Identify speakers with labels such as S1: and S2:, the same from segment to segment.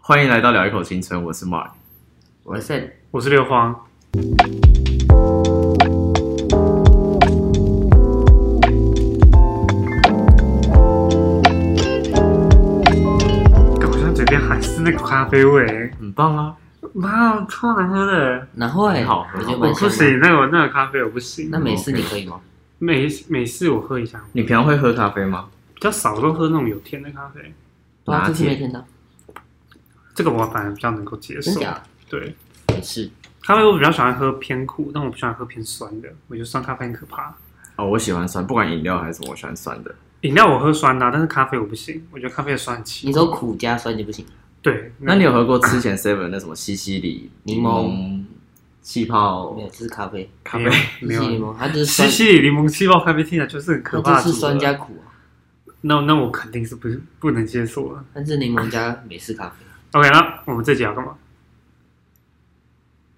S1: 欢迎来到聊一口青春，我是 Mark。
S2: 我是
S3: 我是刘荒，哎我现在嘴边还是那个咖啡味，
S1: 很棒啊！
S3: 妈，超难喝的！
S2: 哪会？
S1: 很好
S2: 哎我
S1: 很
S2: 觉
S1: 好
S2: 得
S3: 我
S2: 蛮香
S3: 不
S2: 的。
S3: 行，那个那个咖啡我不行。
S2: 那美式你可以吗？
S3: 每每次我喝一下，
S1: 你平常会喝咖啡吗？
S3: 比较少都喝那种有甜的咖啡，
S2: 对啊，
S1: 拿
S2: 这次没
S1: 铁
S2: 听到，
S3: 这个我反而比较能够接
S2: 真
S3: 受。
S2: 假？
S3: 对，
S2: 美式
S3: 咖啡我比较喜欢喝偏苦，但我不喜欢喝偏酸的，我觉得酸咖啡很可怕。
S1: 哦，我喜欢酸，不管饮料还是什么，我喜欢酸的。
S3: 饮料我喝酸的啊、但是咖啡我不行，我觉得咖啡的酸很奇怪。
S2: 你说苦加酸就不行，
S3: 对，
S1: 那你有喝过之前 Seven 那什么西西里
S3: 嗯
S2: 柠檬
S1: 气泡
S2: 没有，这是咖啡，
S1: 咖
S3: 没
S1: 啡
S2: 西
S3: 有？没
S2: 西柠
S3: 有？
S2: 檬，它就是
S3: 西
S2: 酸，
S3: 西里柠檬气泡咖啡听起来就是很可怕
S2: 它
S3: 的
S2: 就是
S3: 组合
S2: 酸加苦啊，
S3: 那那我肯定是不不能接受了。
S2: 但是柠檬加美式咖 啡。
S3: OK，那我们这集要干嘛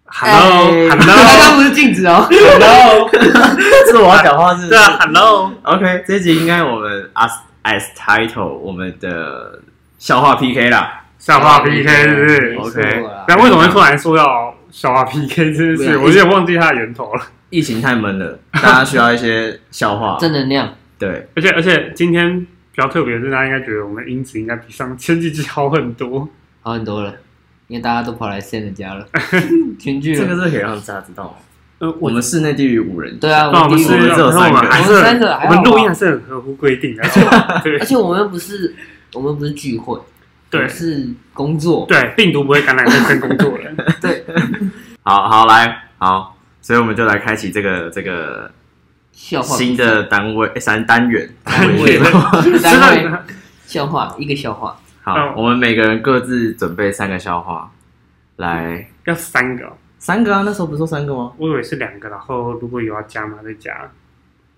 S2: 哎
S3: ？Hello，Hello，
S2: 不是禁止哦。
S1: 是我要讲话是
S3: 对啊，Hello，
S1: OK，这一集应该我们 as as title 我们的笑话 PK 啦。
S3: 笑话 PK 是不是？哎
S1: OK
S3: 那为什么会突然说到笑话 PK 这件
S2: 对啊
S3: 事？我有点忘记它的源头了。
S1: 疫情太闷了，大家需要一些笑 话。
S2: 正能量，
S1: 对，
S3: 而且而且今天比较特别的是，大家应该觉得我们音质应该比上前几集好很多。
S2: 好很多了，因为大家都跑来 Sam 的家 了，全聚
S1: 这个
S2: 了。
S1: 是可以让大家知道吗。
S3: 呃，
S1: 我们室内地狱五人，
S2: 对啊，
S3: 那我们
S2: 第一
S3: 是
S1: 我
S2: 个
S1: 们只有三个
S3: 我们还是
S2: 我们三个还
S3: 我
S2: 好吧
S3: 们录音还是很合乎规定的。对
S2: 而且我们又不是我们不是聚会，我
S3: 对
S2: 们是工作。
S3: 对，病毒不会感染认真工 作 人。
S2: 对，
S1: 好好来好，所以我们就来开启这个这个
S2: 笑话
S1: 新的单位诶哎三哦单元。
S2: 单 位单位笑话一个笑话，
S1: 好，我们每个人各自准备三个笑话，来
S3: 要三个哦，
S1: 三个啊？那时候不是说三个吗？
S3: 我以为是两个，然后如果有要加码再加。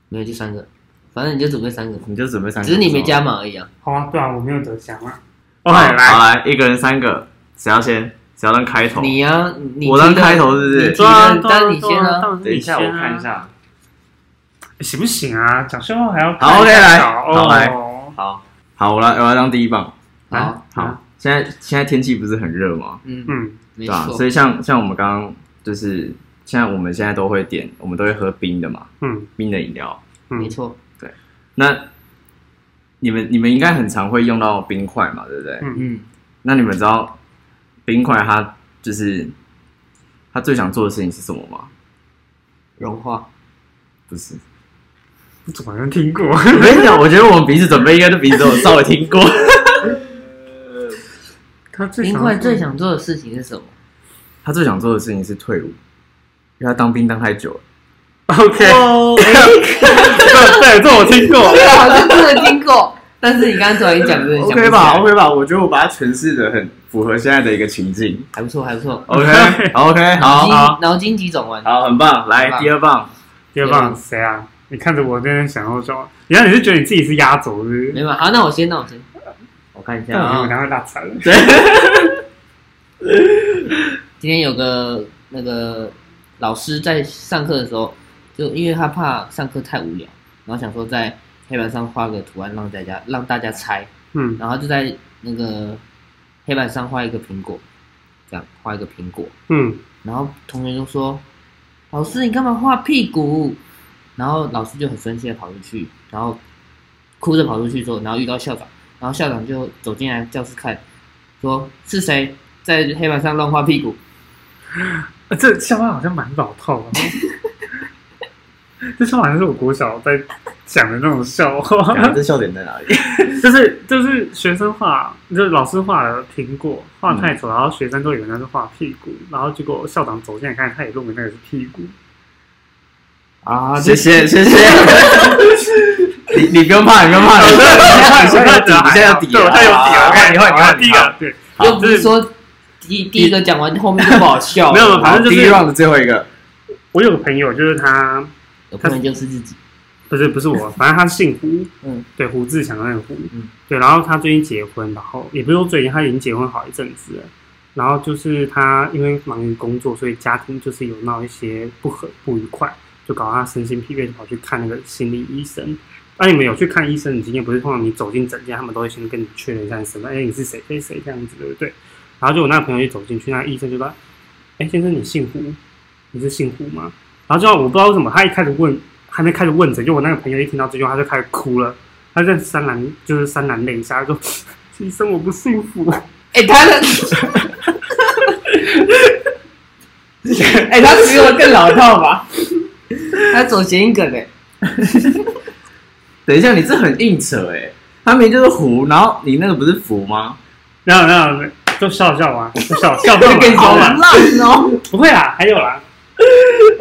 S2: 没有就三个，反正你就准备三个，
S1: 你就准备三个，
S2: 只是你没加。码而已啊。
S3: 好啊，对啊，我没有得加码。
S2: 哦
S1: 好，
S3: OK，来，
S1: 哦来，一个人三个，谁要先？谁要当开头？
S2: 你呀、你
S1: 哦我当开头是不
S2: 你
S1: 是？
S2: 提的，但你先啊，
S3: 当然是
S1: 等一
S3: 你先
S1: 下，
S3: 啊
S1: 我看一，下。
S3: 行不行啊？讲笑话还要
S1: 好，OK，来好来
S3: 哦，
S1: 好，好，我来，我来当第一棒。
S2: 好，
S1: 好，现在现在天气不是很热吗？
S2: 嗯，
S3: 嗯，
S2: 没
S1: 对吧？
S2: 错
S1: 所，以像像我们刚刚就是，像我们现在都会点，我们都会喝冰的嘛，
S3: 嗯
S1: 冰的饮料。
S2: 没
S3: 嗯，
S2: 错，
S1: 那你们你们应该很常会用到冰块嘛，对不对？
S3: 嗯
S2: 嗯，
S1: 那你们知道冰块它就是它最想做的事情是什么吗？
S2: 融化，
S1: 不是，
S3: 我怎么好像听过？
S1: 我跟你讲，我觉得我们彼此准备应该都彼此都有稍微听 过。
S3: 他最
S2: 冰
S3: 想
S2: 块最想做的事情是什么？
S1: 他最想做的事情是退伍，因为他当兵当太久了。
S3: OK，
S2: 哦
S1: 哎对，这我听过
S2: 这个好像真的听过，但是你刚刚突然一讲，真的想不起来
S1: ，OK 吧？OK 吧？我觉得我把它诠释的很符合现在的一个情境。
S2: 还不错，还不错。
S1: OK OK，好
S2: 脑
S1: 好
S2: 筋脑筋急转弯，
S1: 好，很棒。
S2: 很
S1: 来
S2: 棒
S1: 第二棒，
S3: 第二棒谁啊？你看着我在那边想要说，你看你是觉得你自己是压轴是不是？
S2: 没办法。好，那我先，那我先，我看一下
S3: 但我觉得我
S2: 啊。
S3: 刚刚拉惨了。
S2: 今天有个那个老师在上课的时候，就因为他怕上课太无聊，然后想说在黑板上画个图案让大家让大家猜，
S3: 嗯
S2: 然后就在那个黑板上画一个苹果，这样画一个苹果，
S3: 嗯，
S2: 然后同学就说：“老师，你干嘛画屁股？”然后老师就很生气的跑出去，然后哭着跑出去说，然后遇到校长，然后校长就走进来教室看，说是谁在黑板上乱画屁股？
S3: 啊这笑话好像蛮老套的哦。 这笑话好像是我国小在讲的那种笑话。
S1: 等一下这笑点在哪里？
S3: 就是就是学生画，就是老师画了苹果，画太
S1: 嗯
S3: 丑，然后学生都以为那是画屁股，然后结果校长走进来看，他也认为那个是屁股。
S2: 啊，
S1: 谢谢谢谢。你你不用怕，你不用怕， 你现在有底，你现在有底
S3: 对，
S1: 了，啊
S3: 我现在有底了。
S1: 你换你换
S3: 第一个，对，
S2: 又不是说第第一个讲完后面就不好笑了，
S3: 没有反正就是
S1: 第一 round 的最后一个，
S3: 我有个朋友，就是他，
S2: 有可能就是自己，
S3: 不是不是我，反正他姓胡，
S2: 嗯，
S3: 对，胡志强那个胡，
S2: 嗯
S3: 对，然后他最近结婚，然后也不是说最近，他已经结婚好一阵子了。然后就是他因为忙于工作，所以家庭就是有闹一些不和不愉快，就搞得他身心疲惫，就跑去看那个心理医生。那、你们有去看医生的经验，不是通常你走进诊间，他们都会先跟你确认一下你什么，哎，你是谁谁谁这样子，对不对？然后就我那个朋友一走进去，那医生就说：“哎，先生，你姓胡？你是姓胡吗？”然后就我不知道为什么，他一开始问，还没开始问诊，就我那个朋友一听到这句话，他就开始哭了，他在潸然就是潸然泪下，他说：“医生，我不姓胡。”
S2: 哎、他的，哎、他比我更老套吧？他走谐音梗嘞，
S1: 等一下，你这很硬扯哎、他明明就是胡，然后你那个不是福吗？
S3: 然后然后就笑笑啊，就笑笑
S2: 我
S3: 笑
S2: 跟你
S3: 好
S2: 说
S3: 了
S2: 烂， 哦，
S3: 不会啦，还有 啦。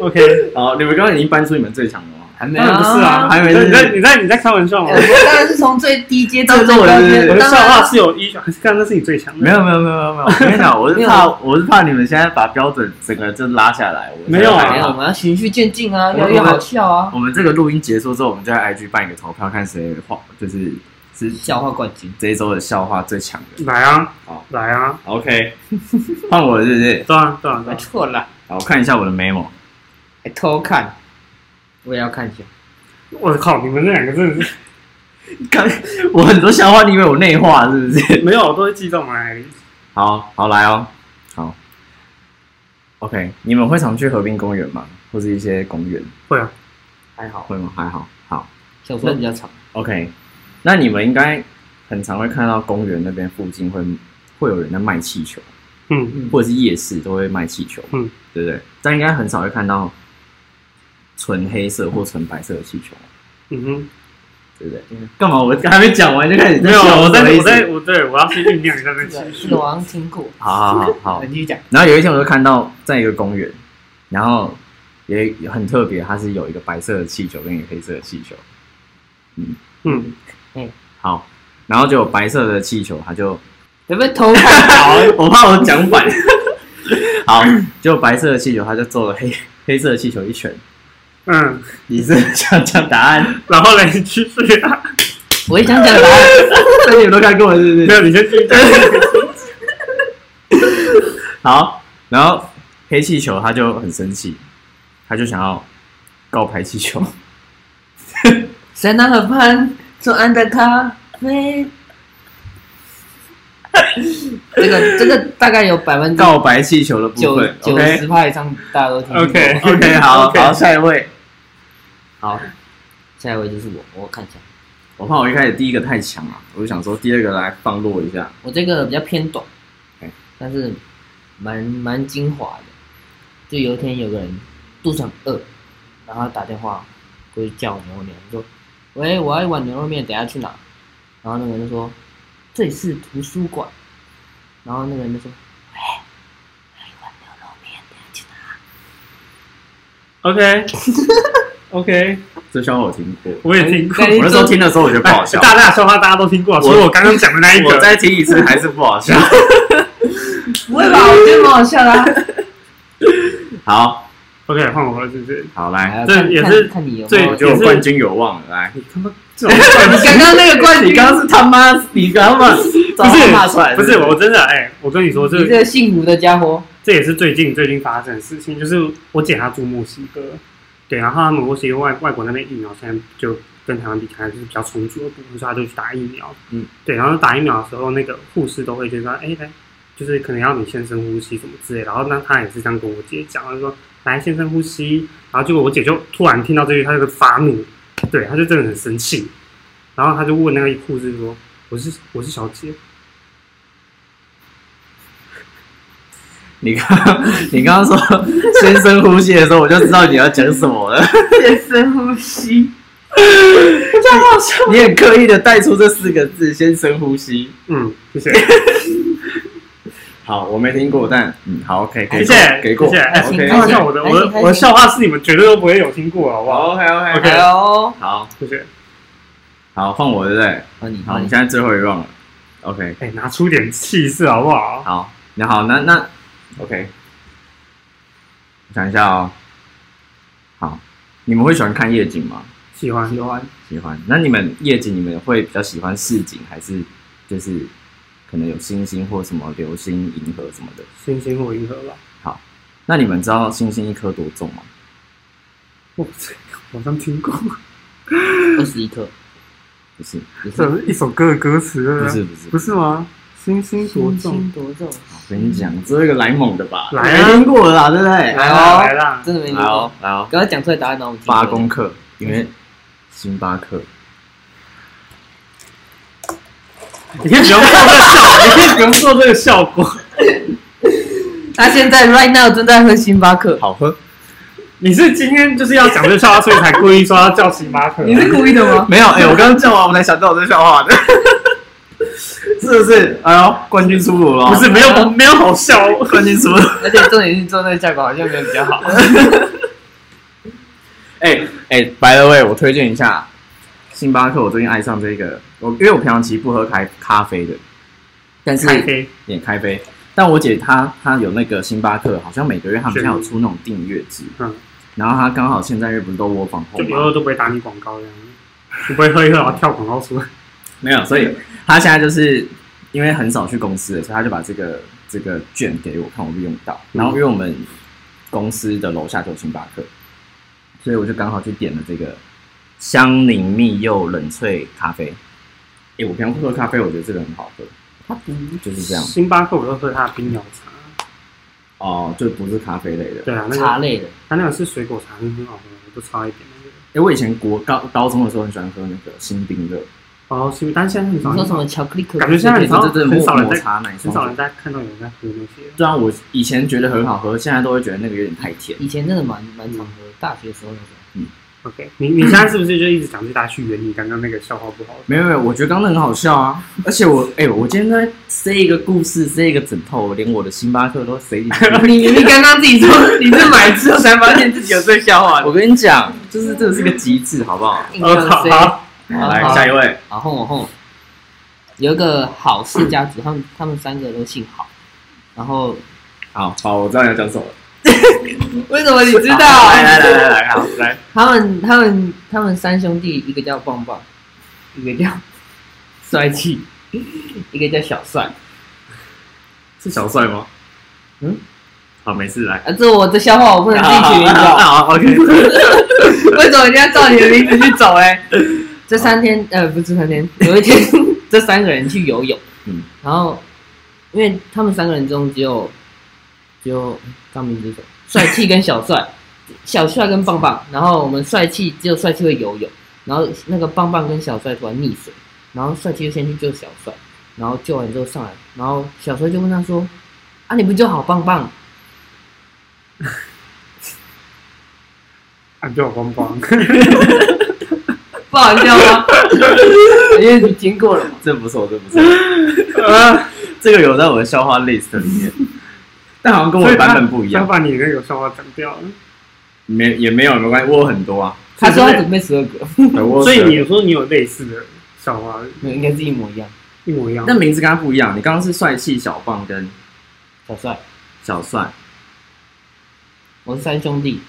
S3: OK，
S1: 哦，你们刚刚已经搬出你们最强的吗？
S2: 还没
S3: 当然不是啊，
S1: 还没
S3: 你在你在你在开玩笑吗
S2: 哎我？们当然是从最低阶到
S1: 这
S2: 最
S1: 是我
S2: 高
S1: 的
S2: 阶，
S3: 我的
S2: 当
S3: 笑
S2: 然
S3: 话是有依据，还是刚刚那是你最强的？
S1: 没有没有没有没有没有，我跟你讲，我是怕我是怕你们现在把标准整个就拉下来。我
S3: 没有啊
S2: 没哎有，我们要循序渐进啊，
S1: 我
S2: 越来越好笑啊，
S1: 我们这个录音结束之后，我们就在 IG 办一个投票，看谁话就是是
S2: 笑话冠军，
S1: 这一周的笑话最强的。
S3: 来啊
S1: 好，
S3: 来啊，
S1: OK，换我是不是？
S3: 对啊对啊对
S2: 没
S3: 啊，
S2: 哎错啦，
S1: 好，我看一下我的 memo。
S2: 还偷看，我也要看一下，
S3: 我靠，你们那两个真的是
S1: 看我很多笑话，你以为我内化是不是？
S3: 没有，我都会记到哪里？
S1: 好好来哦，好。OK，你们会常去河滨公园吗？或是一些公园？
S3: 会啊，
S2: 还好，
S1: 会吗？还好，好。
S2: 小时候比较长，
S1: OK，那你们应该很常会看到公园那边附近会会有人在卖气球，
S3: 嗯，
S2: 嗯，
S1: 或者是夜市都会卖气球，
S3: 嗯，
S1: 对不对？但应该很少会看到纯黑色或纯白色的气球，
S3: 嗯哼，
S1: 对不对？干嘛？我还嗯没讲完就开始
S3: 没有，
S1: 笑
S3: 我在
S1: 什么意
S3: 我
S1: 思
S3: 在我对我要去酝酿一下那
S2: 这 个
S3: 个情
S2: 这
S3: 绪
S2: 个。我好像听过，
S1: 好好好 好
S2: 你。继续讲，
S1: 然后有一天我就看到在一个公园，然后也也很特别，它是有一个白色的气球跟一个黑色的气球。
S3: 嗯，
S1: 好，然后就有白色的气球，它就
S2: 有没有偷看？
S1: 好，我怕我讲反。 好，就白色的气球，它就揍了黑黑色的气球一拳。
S3: 嗯，
S1: 你是想讲答案？
S3: 然后来你继续啊，
S2: 我也想讲答案，
S1: 那 你们都看过了是不
S3: 没
S1: 是？
S3: 有，你 先继续讲。
S1: 好，然后黑气球它就很生气，它就想要告白气球。
S2: 谁能河畔，左岸的咖啡。这个这个大概有百分之
S1: 告白气球的部
S2: 九
S1: 分
S2: 九
S1: ，OK
S2: 十趴以上，大家都听过。
S3: OK
S1: OK，好
S3: OK
S1: 好，下一位。好，
S2: 下一位就是我，我看一下，
S1: 我怕我一开始第一个太强了，啊我就想说第二个来放落一下。
S2: 我这个比较偏短
S1: OK，
S2: 但是蛮蛮精华的。就有一天有个人肚子很饿，然后他打电话过去叫牛肉面，他说：“喂，我要一碗牛肉面，等下去拿。”然后那个人就说：“这里是图书馆。”然后那个人就说：“喂，我要一碗牛肉面，等下去拿。”
S3: OK OK，
S1: 这笑话我听过，
S3: 我也听过
S2: 哎。
S1: 我那时候听的时候我觉得不好笑
S3: 哎。大大的笑话大家都听过，除了我刚刚讲的 那一
S1: 我
S3: 个。
S1: 再哎听一次还是不好笑。
S2: 不会吧？我觉得蛮好笑的、 啊。
S1: 好，
S3: OK，换我了，是不是？
S1: 好来，
S3: 这
S2: 看
S3: 也是
S2: 哎看看你有没
S3: 最
S2: 有
S1: 我觉得我冠军有望了，来。
S3: 你他妈这种
S1: 你刚刚那个冠军，你刚刚是他妈，你刚刚不
S3: 不是
S1: 骂出来，
S3: 不是我真的哎、我跟你说，这
S2: 你这个幸福的家伙，
S3: 这也是最近最近发生的事情，就是我姐她住墨西哥，对，然后他们墨西哥外外国那边疫苗现在就跟台湾比起来就是比较充足的部分，所以她就去打疫苗。
S1: 嗯，
S3: 对，然后打疫苗的时候，那个护士都会就说，哎、来，就是可能要你先深呼吸什么之类的。然后那她也是这样跟我姐讲，她说来先深呼吸，然后结果我姐就突然听到这句，她就发怒，对，她就真的很生气，然后她就问那个护士说，我是我是小姐，
S1: 你刚 刚你刚刚说先深呼吸的时候，我就知道你要讲什 么了。
S2: 先深呼吸，
S1: 你很刻意的带出这四个字“先深呼吸
S3: 嗯，谢谢。”。
S1: 好，我没听过，但嗯，好，OK，给
S3: 谢
S1: 过
S3: 谢，
S1: 给过
S3: 谢谢。哎，
S2: OK，
S3: 开玩笑，我的我的
S2: 开心开心
S3: 我的笑话是你们绝对都不会有听过，好不好？
S1: ，OK，OK，
S3: OK
S2: 来哦，
S1: 好
S3: 谢谢。
S1: 好换我对不对？
S2: 换你，
S1: 好，
S3: 嗯
S2: 换
S1: 你
S2: 你，
S1: 现在最后一 round 了，OK，
S3: 哎，拿出点气势，好不好？
S1: 好，那好，那那 OK，我想一下哦。好，你们会喜欢看夜景吗？
S3: 喜欢
S2: 喜欢
S1: 喜欢。那你们夜景，你们会比较喜欢市景，还是就是可能有星星或什么流星、银河什么的？
S3: 星星或银河吧。
S1: 那你们知道星星一颗多重吗？
S3: 我这个好像听过，
S2: 二十一克，
S1: 不是，
S2: 也是
S3: 这是一首歌的歌词，对
S1: 不
S3: 不
S1: 是，
S3: 对？
S1: 不是，
S3: 不是吗？星星夺
S2: 轻
S3: 重
S2: 轻，夺重，啊
S1: 我跟你讲，这个来猛的吧？
S3: 来
S1: 没听过了啦，对不对？
S3: 来
S1: 哦
S3: 啦来啦，
S2: 真的没听
S1: 来哦
S2: 过。，
S1: 来哦，
S2: 刚刚讲出来答案，然后我们听
S1: 八
S2: 过
S1: 公克，因为星巴克。
S3: 你可以不用做这个效，你可以不用做这个效果。
S2: 他现在 right now 正在喝星巴克，
S1: 好喝？
S3: 你是今天就是要讲这个笑话，所以才故意说要叫星巴克？
S2: 你是故意的吗？
S1: 没有，哎、我刚刚叫完，我才想到我这笑话的， 是不是？哎呦，冠军出炉了！
S3: 不是没有没有好笑哦？
S1: 冠军 出炉。
S2: 而且重点是做那个效果好像没有比较 好。
S1: 哎哎，by the way，我推荐一下星巴克。我最近爱上这个，我因为我平常其实不喝咖咖啡的，但是
S3: 咖啡
S1: 也开杯。但我姐她她有那个星巴克，好像每个月他们家有出那种订阅制，
S3: 嗯
S1: 然后她刚好现在日本都窝房后
S3: 就以
S1: 嘛，
S3: 后都不会打你广告这样，你不会喝一喝然后跳广告出来。
S1: 没有，所以她现在就是因为很少去公司了，所以她就把这个这个券给我看，我就用到。
S3: 嗯
S1: 然后因为我们公司的楼下就有星巴克，所以我就刚好去点了这个香柠蜜柚冷萃咖啡。诶，我平常不喝咖啡，我觉得这个很好喝
S2: 他不
S1: 就是这样
S3: 星巴克我都喝它的冰摇茶，
S1: 哦，就不是咖啡类的。
S3: 对啊，那
S2: 茶
S3: 个
S2: 类的，
S3: 它那个是水果茶，很好喝，我都超爱点那个。
S1: 诶，我以前国高高中的时候很喜欢喝那个新冰乐，
S3: 哦，是，但现在很
S2: 你说什
S3: 少
S2: 么，巧克力可
S3: 感觉现在
S1: 对这
S3: 很少
S1: 这
S3: 很少人
S1: 抹
S3: 在
S1: 茶奶
S3: 很少
S1: 霜
S3: 人。在看到有人在喝那些。
S1: 虽然我以前觉得很好喝，现在都会觉得那个有点太甜。
S2: 以前真的蛮蛮常喝，大学时候那种。
S3: OK，你你现在是不是就一直讲去大家去圆你刚刚那个笑话不好？
S1: 没有没有，我觉得刚刚那很好笑啊！而且我哎、我今天在塞一个故事，塞一个枕头，我连我的星巴克都塞进 去。
S2: 你明明刚刚自己说你是买之后才发现自己有这笑话，
S1: 我跟你讲，就是这个是个极致，好不好？
S2: 硬
S3: 哦，
S2: 要
S3: 好
S2: 塞
S3: 好，
S1: 好，来下一位，
S2: 然后然后有一个好氏家族，他们他们三个都姓好，然后
S1: 好好，我知道你要讲什么了。
S2: 为什么你知
S1: 好
S2: 道？
S1: 来来来来 来，好来，
S2: 他们他们他们三兄弟，一个叫棒棒，一个叫帅气，一个叫小帅。
S1: 是小帅吗？
S2: 嗯，
S1: 好，没事，来。
S2: 啊，这我的笑话我不能自己取名字哦，
S1: 好，OK，
S2: 为什么人家照你的名字去走、哎，这三天呃不是三天， 有一天这三个人去游泳，
S1: 嗯，
S2: 然后因为他们三个人中只有只有哎刚名字是什么帅气跟小帅， 小帅跟棒棒，然后我们帅气只有帅气会游泳，然后那个棒棒跟小帅突然溺水，然后帅气就先去救小帅，然后救完之后上来，然后小帅就问他说：“啊，你不救好棒棒
S3: 啊，就光光，
S2: 不好笑吗？” 因为你听过了嘛。
S1: 这不错，这不错。 这个有在我的笑话 list 里面，但好像跟我的版本不一
S3: 要
S1: 样，
S3: 把你那个笑话讲掉了。
S1: 没也没有没关系，我有很 多啊。
S2: 他说他准备十二个，
S1: 对我有
S3: 所以
S1: 12
S3: 你有时候你有类似的笑话，
S2: 没有应该是一模一样。
S3: 一模一样。
S1: 但名字跟他不一样，你刚刚是帅气小棒跟
S2: 小帅，
S1: 小帅，
S2: 我是三兄弟，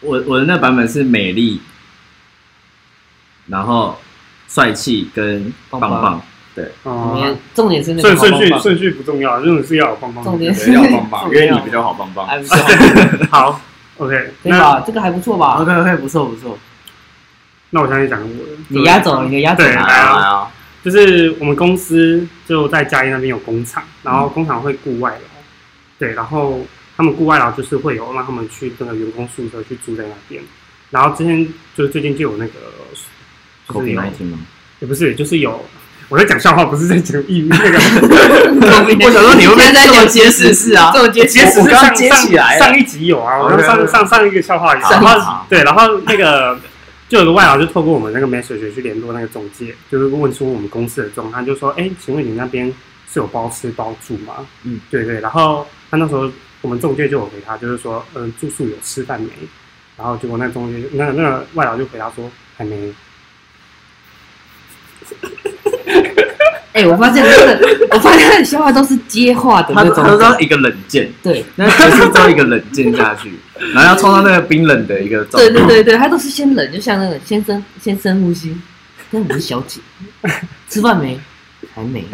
S1: 我我的那版本是美丽，然后帅气跟棒
S2: 棒
S1: 棒
S2: 棒，里面
S3: 哦，
S2: 重点是那个
S3: 所以
S2: 好
S3: 顺
S2: 棒
S3: 序
S2: 棒，
S3: 顺序不重要，重点是要有棒棒。
S2: 重点
S1: 对要 棒棒，
S2: 重
S1: 因
S2: 要
S1: 为你比较好棒棒。
S2: 还不错，
S3: 好，OK，
S2: 对
S3: 那
S2: 吧？这个还不错吧？
S1: OK OK，不错哦不错，
S3: 那我现在讲我的，
S2: 你压轴，你的压轴
S3: 对
S1: 来
S3: 来
S1: 啊
S3: 啊
S1: 来啊，
S3: 就是我们公司就在嘉义那边有工厂，然后工厂会雇外劳，对，然后他们雇外劳就是会有让他们去那个员工宿舍去住在那边，然后之前就是最近就有那个，
S1: 口
S3: 就是
S1: 音
S3: 有
S1: 爱听吗？
S3: 也不是就是有我在讲笑话，不是在讲啊英语那个。
S1: 我想说你会不会这么接事是啊？
S2: 这么接
S3: 其实
S1: 我
S3: 是
S1: 刚
S3: 上
S1: 接起来了
S3: 上上一集有啊，我
S1: OK，OK
S3: 上上上一个笑话有，
S1: 好
S3: 然
S1: 好
S3: 后对，然后那个就有个外劳就透过我们那个 message 去联络那个总介，就是问出我们公司的状况，就说，哎，请问你那边是有包吃包住吗？
S1: 嗯，
S3: 对对，然后他那时候我们中介就有回他，就是说，嗯、住宿有吃饭没？然后结果那中介就那个那个外劳就回答说还没，
S2: 哎，我发现真的，我发现他的笑话都是接话的
S1: 他
S2: 那
S1: 他
S2: 种
S1: 刚
S2: 梗，
S1: 刚一个冷箭，
S2: 对
S1: 那就是做一个冷箭下去，然后要冲到那个冰冷的一个状
S2: 对
S1: 态
S2: 对。对对，他都是先冷，就像那个先深先深呼吸，但我是小姐，吃饭没？还没。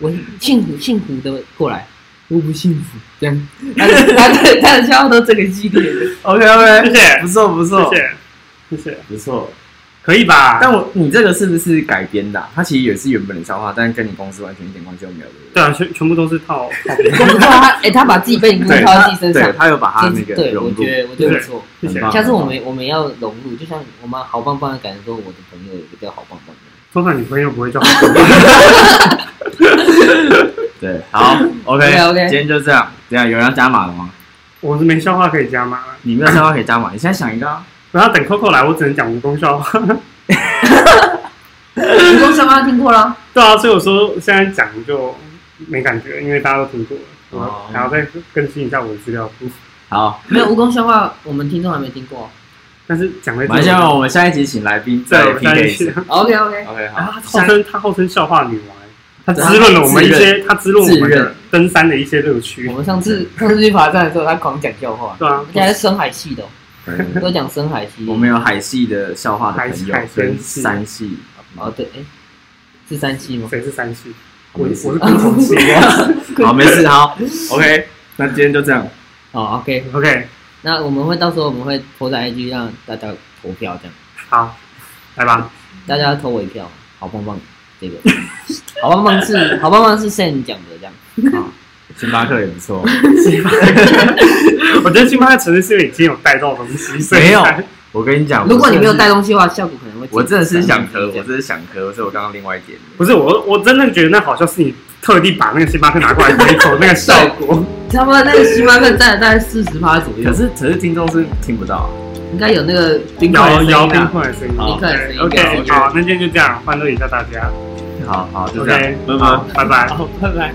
S2: 我幸福幸福的过来，我不幸福，这样。他的他的他的笑话都这个系列的，
S1: OK OK，
S3: 谢谢
S1: 不错不错
S3: 谢谢谢谢。
S1: 不错，
S3: 可以吧？
S1: 哦但我你这个是不是改编的啊、它其实也是原本的笑话，但跟你公司完全一点关系都没有，对不
S3: 对啊，全全部都是套 套别人。
S2: 然后他哎、他把自己被故
S1: 对？对，
S2: 事套在
S1: 他
S2: 自己身
S1: 对
S2: 上，
S1: 他有把他那
S2: 其实
S1: 个
S2: 对，我
S1: 融入，
S2: 觉得我觉得不错。嗯
S3: 谢谢
S1: 很棒
S2: 下次我们我们要融入，就像我们好棒棒的感觉说，我的朋友有个叫好棒棒的，
S3: 通常女朋友不会叫好，
S1: 对，好，OK
S2: OK，OK
S1: 今天就这样。等一下有人要加码了吗？
S3: 我是没笑话可以加码了。
S1: 你没有笑话可以加码，你现在想一个、啊。
S3: 然后等 Coco 来，我只能讲蜈蚣笑话。
S2: 蜈蚣笑话听过了，
S3: 对啊，所以我说现在讲就没感觉，因为大家都听过了，我
S1: 哦
S3: 还要再更新一下我的资料库。
S1: 好，
S2: 没有蜈蚣笑话，我们听众还没听过。
S3: 但是讲了
S1: 马来西亚，我们下一集请来宾
S3: 在
S1: 再
S3: 我们
S1: PK
S3: 在一
S1: 一
S3: 起
S1: 次。
S3: 啊，
S2: OK OK，
S1: OK，好，
S3: 他号称他号称笑话女王，他
S2: 对
S3: 滋润了我们一
S1: 自
S3: 些，他滋润我们
S1: 自
S3: 的
S1: 认
S3: 登山的一些乐趣
S2: 我。们上次上次去爬山的时候，他狂讲笑话，
S3: 对啊
S2: 而，且还是深海系的 哦，
S1: 对
S2: 都讲深海系。
S1: 我们有海系的笑话的朋友
S3: 海系
S1: 跟山系，
S2: 哦对，哎，是山系吗？
S3: 谁是山西？
S1: 好
S3: 我
S1: 没
S3: 我
S1: 事
S3: 是昆虫系。
S1: 好，没事， 好，OK，那今天就这样，
S2: 哦 OK，
S3: OK，
S2: 那我们会到时候我们会投在 IG 让大家投票，这样
S3: 好，来吧，
S2: 大家投我一票，好棒棒，这个 好棒棒是好棒棒是 Sam 讲的这样。
S1: 好，星巴克也不错，
S3: 星巴克。我觉得星巴克城市是因为已经有带到东西，所以
S1: 没有
S3: 才
S1: 我跟你讲，
S2: 如果你没有
S1: 带，
S2: 带东西的话，效果可能会。
S1: 我真的是想咳，我真的想咳，所以我刚刚另外一点，
S3: 不是我，我真的觉得那好笑是你特地把那个星巴克拿过来回口那 个效果。
S2: 差不多那个星巴克占了大概四十趴左右
S1: 可，是可是听众是听不到，
S2: 应该有那个冰块
S3: 摇
S2: 的声
S3: 摇
S2: 音
S3: 冰
S2: 啊。
S3: 块的声音。
S1: 好
S2: 冰块的声音
S3: OK，
S1: OK
S3: 好，那今天就这样，欢乐一下大家。
S1: 好好就这
S3: OK，
S1: 样，拜拜
S3: 好。拜拜。
S2: 好，拜拜。